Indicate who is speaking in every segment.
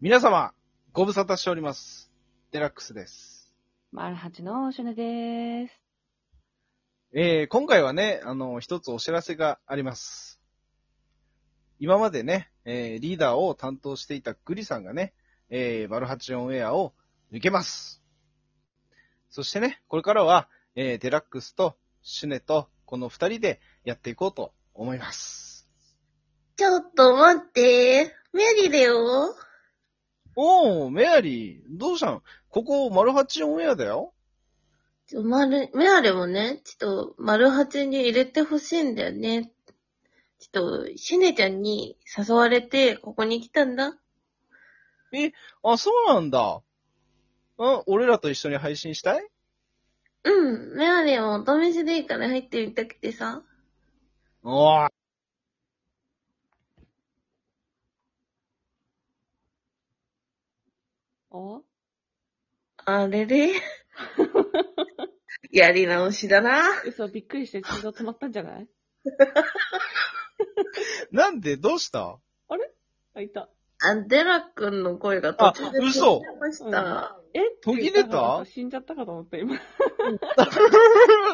Speaker 1: 皆様、ご無沙汰しております。デラックスです。
Speaker 2: 丸八のシュネです。
Speaker 1: えー、今回はね、あの、一つお知らせがあります。今までね、えー、リーダーを担当していたグリさんがね、えー、バルハチオンエアを抜けます。そしてね、これからは、えー、デラックスとシュネとこの二人でやっていこうと思います。
Speaker 3: ちょっと待って。メリだよ。
Speaker 1: おー、メアリー、どうしたのここ、マルハチオンエアだよ
Speaker 3: ちょ、まる、メアレもね、ちょっと、丸八に入れてほしいんだよね。ちょっと、シネちゃんに誘われて、ここに来たんだ。
Speaker 1: あ、そうなんだ。あ、俺らと一緒に配信したい
Speaker 3: うん、メアレもお試しでいいから入ってみたくてさ。
Speaker 1: おー
Speaker 2: お
Speaker 3: あれれ やり直しだな。
Speaker 2: 嘘、びっくりして心臓止まったんじゃない
Speaker 1: なんでどうした
Speaker 2: あ、いた。
Speaker 3: あ、デラ君の声が途中で
Speaker 1: あ嘘
Speaker 3: 途切れました。
Speaker 2: え
Speaker 1: 途切れた
Speaker 2: って言からなんか死んじゃったかと思った、今。
Speaker 1: い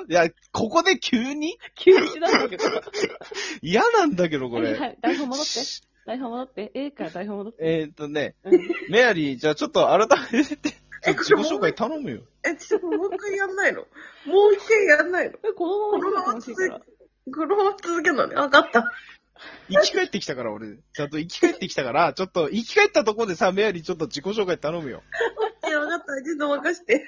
Speaker 1: や、ここで急に
Speaker 2: 急に死なんだけど。
Speaker 1: 嫌なんだけど、こ
Speaker 2: はい、は
Speaker 1: れ。
Speaker 2: い、台本戻って。台本戻って。A から台本戻って。
Speaker 1: えーっとね、
Speaker 2: うん
Speaker 1: メアリー、じゃあちょっと改めて、
Speaker 3: え
Speaker 1: 自己紹介頼むよ。
Speaker 3: え、ちょっともう一回やんないのもう一回やんないの
Speaker 2: え、このまま行くの楽しいから。
Speaker 3: グロー続けるのね。わかった。
Speaker 1: 生き返ってきたから、俺。ちゃんと生き返ってきたから、ちょっと、生き返ったところでさ、メアリー、ちょっと自己紹介頼むよ。
Speaker 3: いや、わかった。ちょっと任して。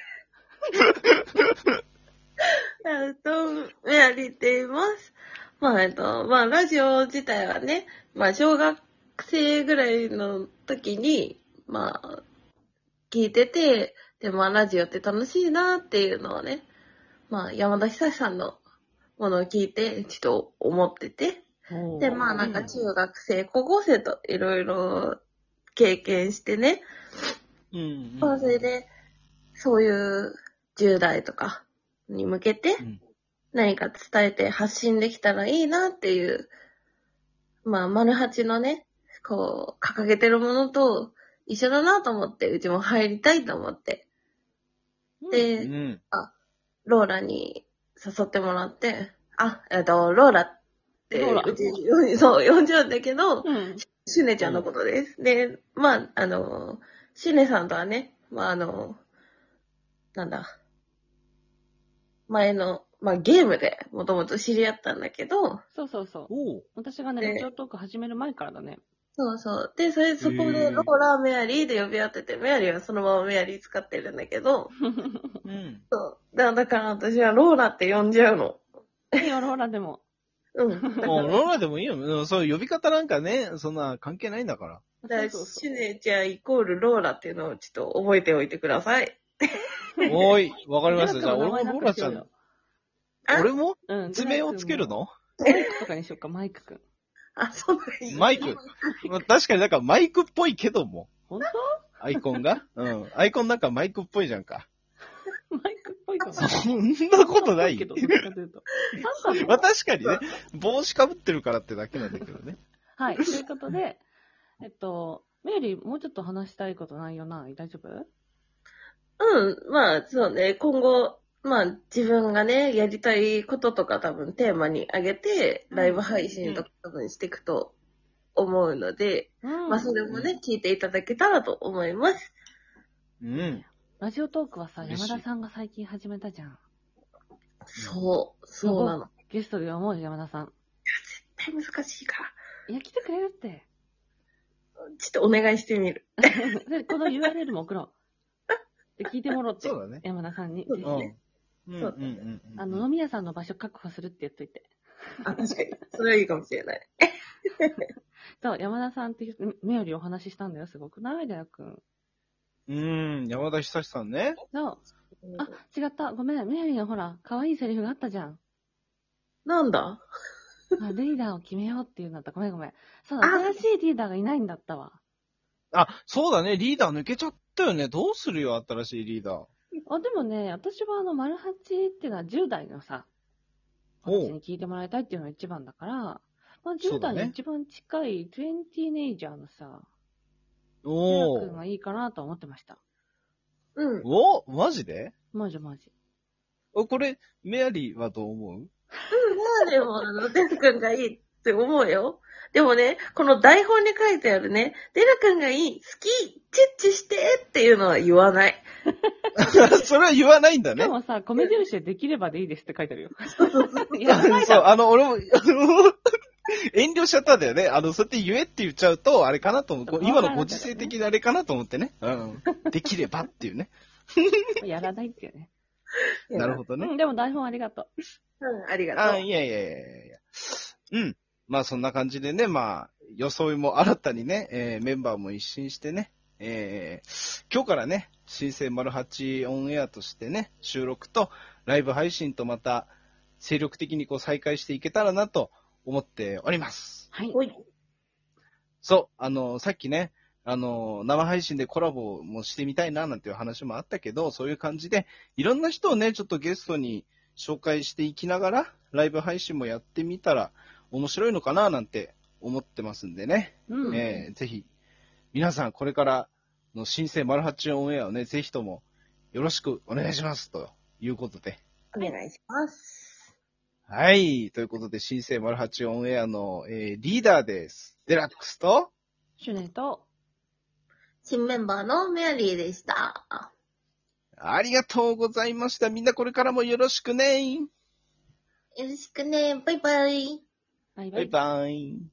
Speaker 3: えっと、メアリーって言います。まあ、えっと、まあ、ラジオ自体はね、まあ、小学生ぐらいの時に、まあ、聞いてて、で、まあ、ラジオって楽しいなっていうのをね、まあ、山田久志さんのものを聞いて、ちょっと思ってて、で、まあなんか中学生、高校生といろいろ経験してね、
Speaker 1: うん
Speaker 3: まあ、それで、そういう10代とかに向けて
Speaker 1: うん、
Speaker 3: 何か伝えて発信できたらいいなっていう、まあ、丸八のね、こう、掲げてるものと一緒だなと思って、うちも入りたいと思って、
Speaker 2: うん
Speaker 1: う
Speaker 3: で、
Speaker 1: ん。
Speaker 3: ローラに誘ってもらって、あ、えっと、ローラって、
Speaker 2: ローラ
Speaker 3: うち、うんそう、呼んじゃうんだけ
Speaker 2: う
Speaker 3: ど、
Speaker 2: ん。
Speaker 3: シュネちゃんのことです。で、まあ、あの、シュネさんとはね、まあ、あの、なんだ、前の、まあ、ゲームでもともと知り合ったんだけど、
Speaker 2: そうそうそう。
Speaker 1: おう
Speaker 2: 私がね、ラジオトーク始める前からだね。
Speaker 3: そうそう。で、それ、そこ
Speaker 1: へ
Speaker 3: で、
Speaker 1: ー
Speaker 3: ローラーメアリーで呼び合ってて、メアリーはそのままメアリー使ってるんだけど、
Speaker 1: うん。
Speaker 3: そう。だだから私はローラって呼んじゃうの。
Speaker 2: え、よろほら、でも。
Speaker 3: うん。
Speaker 1: あローラでもいいよ。うんそういう呼び方なんかね、そんな関係ないんだから。
Speaker 3: だから、
Speaker 2: そうそう
Speaker 3: シ
Speaker 2: そう
Speaker 3: ュネちゃんイコールローラっていうのをちょっと覚えておいてください。
Speaker 1: おーい、わかりました。じゃあ、
Speaker 2: デラ
Speaker 1: 俺
Speaker 2: ックスの名前
Speaker 1: も
Speaker 2: な
Speaker 1: ロー
Speaker 2: か
Speaker 1: ラ
Speaker 2: し
Speaker 1: ちゃ
Speaker 2: ようんよ、
Speaker 3: あ
Speaker 1: 俺も
Speaker 2: うん。
Speaker 1: 図面をつけるの
Speaker 2: マイクとかにしようか、マイクくん。
Speaker 3: あ、そうなんです
Speaker 1: マイク。まあ確かになんかマイクっぽいけども。
Speaker 2: 本
Speaker 1: アイコンがうん。アイコンなんかマイクっぽいじゃんか。
Speaker 2: 当マイクっぽいかも。
Speaker 1: そんなことない
Speaker 2: け
Speaker 1: よ
Speaker 2: ど、。どっちかという と。サンタの
Speaker 1: まあ確かにね、帽子かぶってるからってだけなんだけどね。
Speaker 2: はい。ということで、えっと、メリー、もうちょっと話したいことないよな大丈夫
Speaker 3: うん、まあ、そうね、今後、まあ、自分がね、やりたいこととか多分テーマにあげて、
Speaker 2: うん
Speaker 3: ライブ配信とか多分していくと思うので、
Speaker 2: うん
Speaker 3: まあ、それもね、聞いていただけたらと思います。
Speaker 1: うん。
Speaker 2: ラジオトークはさ、
Speaker 1: 嬉しい
Speaker 2: 山田さんが最近始めたじゃん。
Speaker 3: そう、そうなの。
Speaker 2: ゲストで思うよ、山田さん。
Speaker 3: 大変難しいか
Speaker 2: い
Speaker 3: ら、
Speaker 2: や、来てくれるって。
Speaker 3: ちょっとお願いしてみる。
Speaker 2: で、この URL も送ろう。で、聞いてもろうって。
Speaker 1: そうだね
Speaker 2: 山田さんに。
Speaker 3: そう
Speaker 2: ぜ
Speaker 1: うん。うんうん
Speaker 2: ひね
Speaker 1: うんうん。
Speaker 2: あの、飲み屋さんの場所確保するって言っといて。
Speaker 3: あ、確かに。それはいいかもしれない。
Speaker 2: そう、山田さんって人、メよりお話ししたんだよ。すごくないだよ、くん。
Speaker 1: うん、山田久志さんね。
Speaker 2: そう。あ、違った。ごめん。メよりのほら、可愛いセリフがあったじゃん。
Speaker 3: なんだ
Speaker 2: あ、リーダーを決めようっていうんだった。ごめんごめん。そうだ、
Speaker 3: あ
Speaker 2: 新しいリーダーがいないんだったわ。
Speaker 1: あ、そうだね、リーダー抜けちゃったよね。どうするよ、新しいリーダー。
Speaker 2: あ、でもね、私はあの、丸八っていうのは10代のさ、
Speaker 1: おう
Speaker 2: 私に聞いてもらいたいっていうのが一番だから、まあ、
Speaker 1: そ
Speaker 2: 10
Speaker 1: うだ
Speaker 2: 代
Speaker 1: ね
Speaker 2: に一番近い、トゥエンティーネイジャーのさ、ゆ
Speaker 1: お
Speaker 2: うくん
Speaker 1: ー
Speaker 2: がいいかなと思ってました。
Speaker 3: うん。
Speaker 1: おマジで
Speaker 2: マジマジ。
Speaker 1: おこれ、メアリーはどう思う
Speaker 3: まあでも、あの、デル君がいいって思うよ。でもね、この台本に書いてあるね、デル君がいい、好き、チュッチュしてっていうのは言わない。
Speaker 1: それは言わないんだ
Speaker 2: で
Speaker 1: ね。
Speaker 2: もさ、米印でできればでいいですって書いて あるよ。やばい
Speaker 1: そ
Speaker 2: だ
Speaker 1: う、
Speaker 2: ろ。
Speaker 1: あの、俺も、 あの、遠慮しちゃったんだよね。あの、そうやって言えって言っちゃうと、あれかなと思うこう。今のご時世的なあれかなと思ってね。 うん。できればっていうね。
Speaker 2: やらないっていうね。
Speaker 1: なるほどね
Speaker 2: う。ん、でも台本ありがと
Speaker 3: ど。うん、ありが
Speaker 1: あ、
Speaker 3: とう。
Speaker 1: いやいやいやいやうん。まあそんな感じでね、まあ、装いも新たにね、えーメンバーも一新してね、えー今日からね、新生丸八オンエアとしてね、収録とライブ配信とまた精力的にこう再開していけたらなと思っております。
Speaker 2: う。はい。
Speaker 3: ほい。
Speaker 1: そう、あの、さっきね、あの、生配信でコラボもしてみたいななんていう話もあったけど、そういう感じで、いろんな人をね、ちょっとゲストに紹介していきながら、ライブ配信もやってみたら面白いのかななんて思ってますんでね。
Speaker 2: うん。
Speaker 1: えーぜひ、皆さんこれからの新生マルハチオンエアをね、ぜひともよろしくお願いします、ということで。
Speaker 3: お願いします。
Speaker 1: はい。ということで、新生マルハチオンエアの、えーリーダーです。デラックスと、
Speaker 2: シュネと、
Speaker 3: 新メンバーのメアリーでした。
Speaker 1: ありがとうございました。みんなこれからもよろしくね。
Speaker 3: よろしくね、バイバイ。
Speaker 2: バイバ
Speaker 1: バ
Speaker 2: イ
Speaker 1: イ。バイ。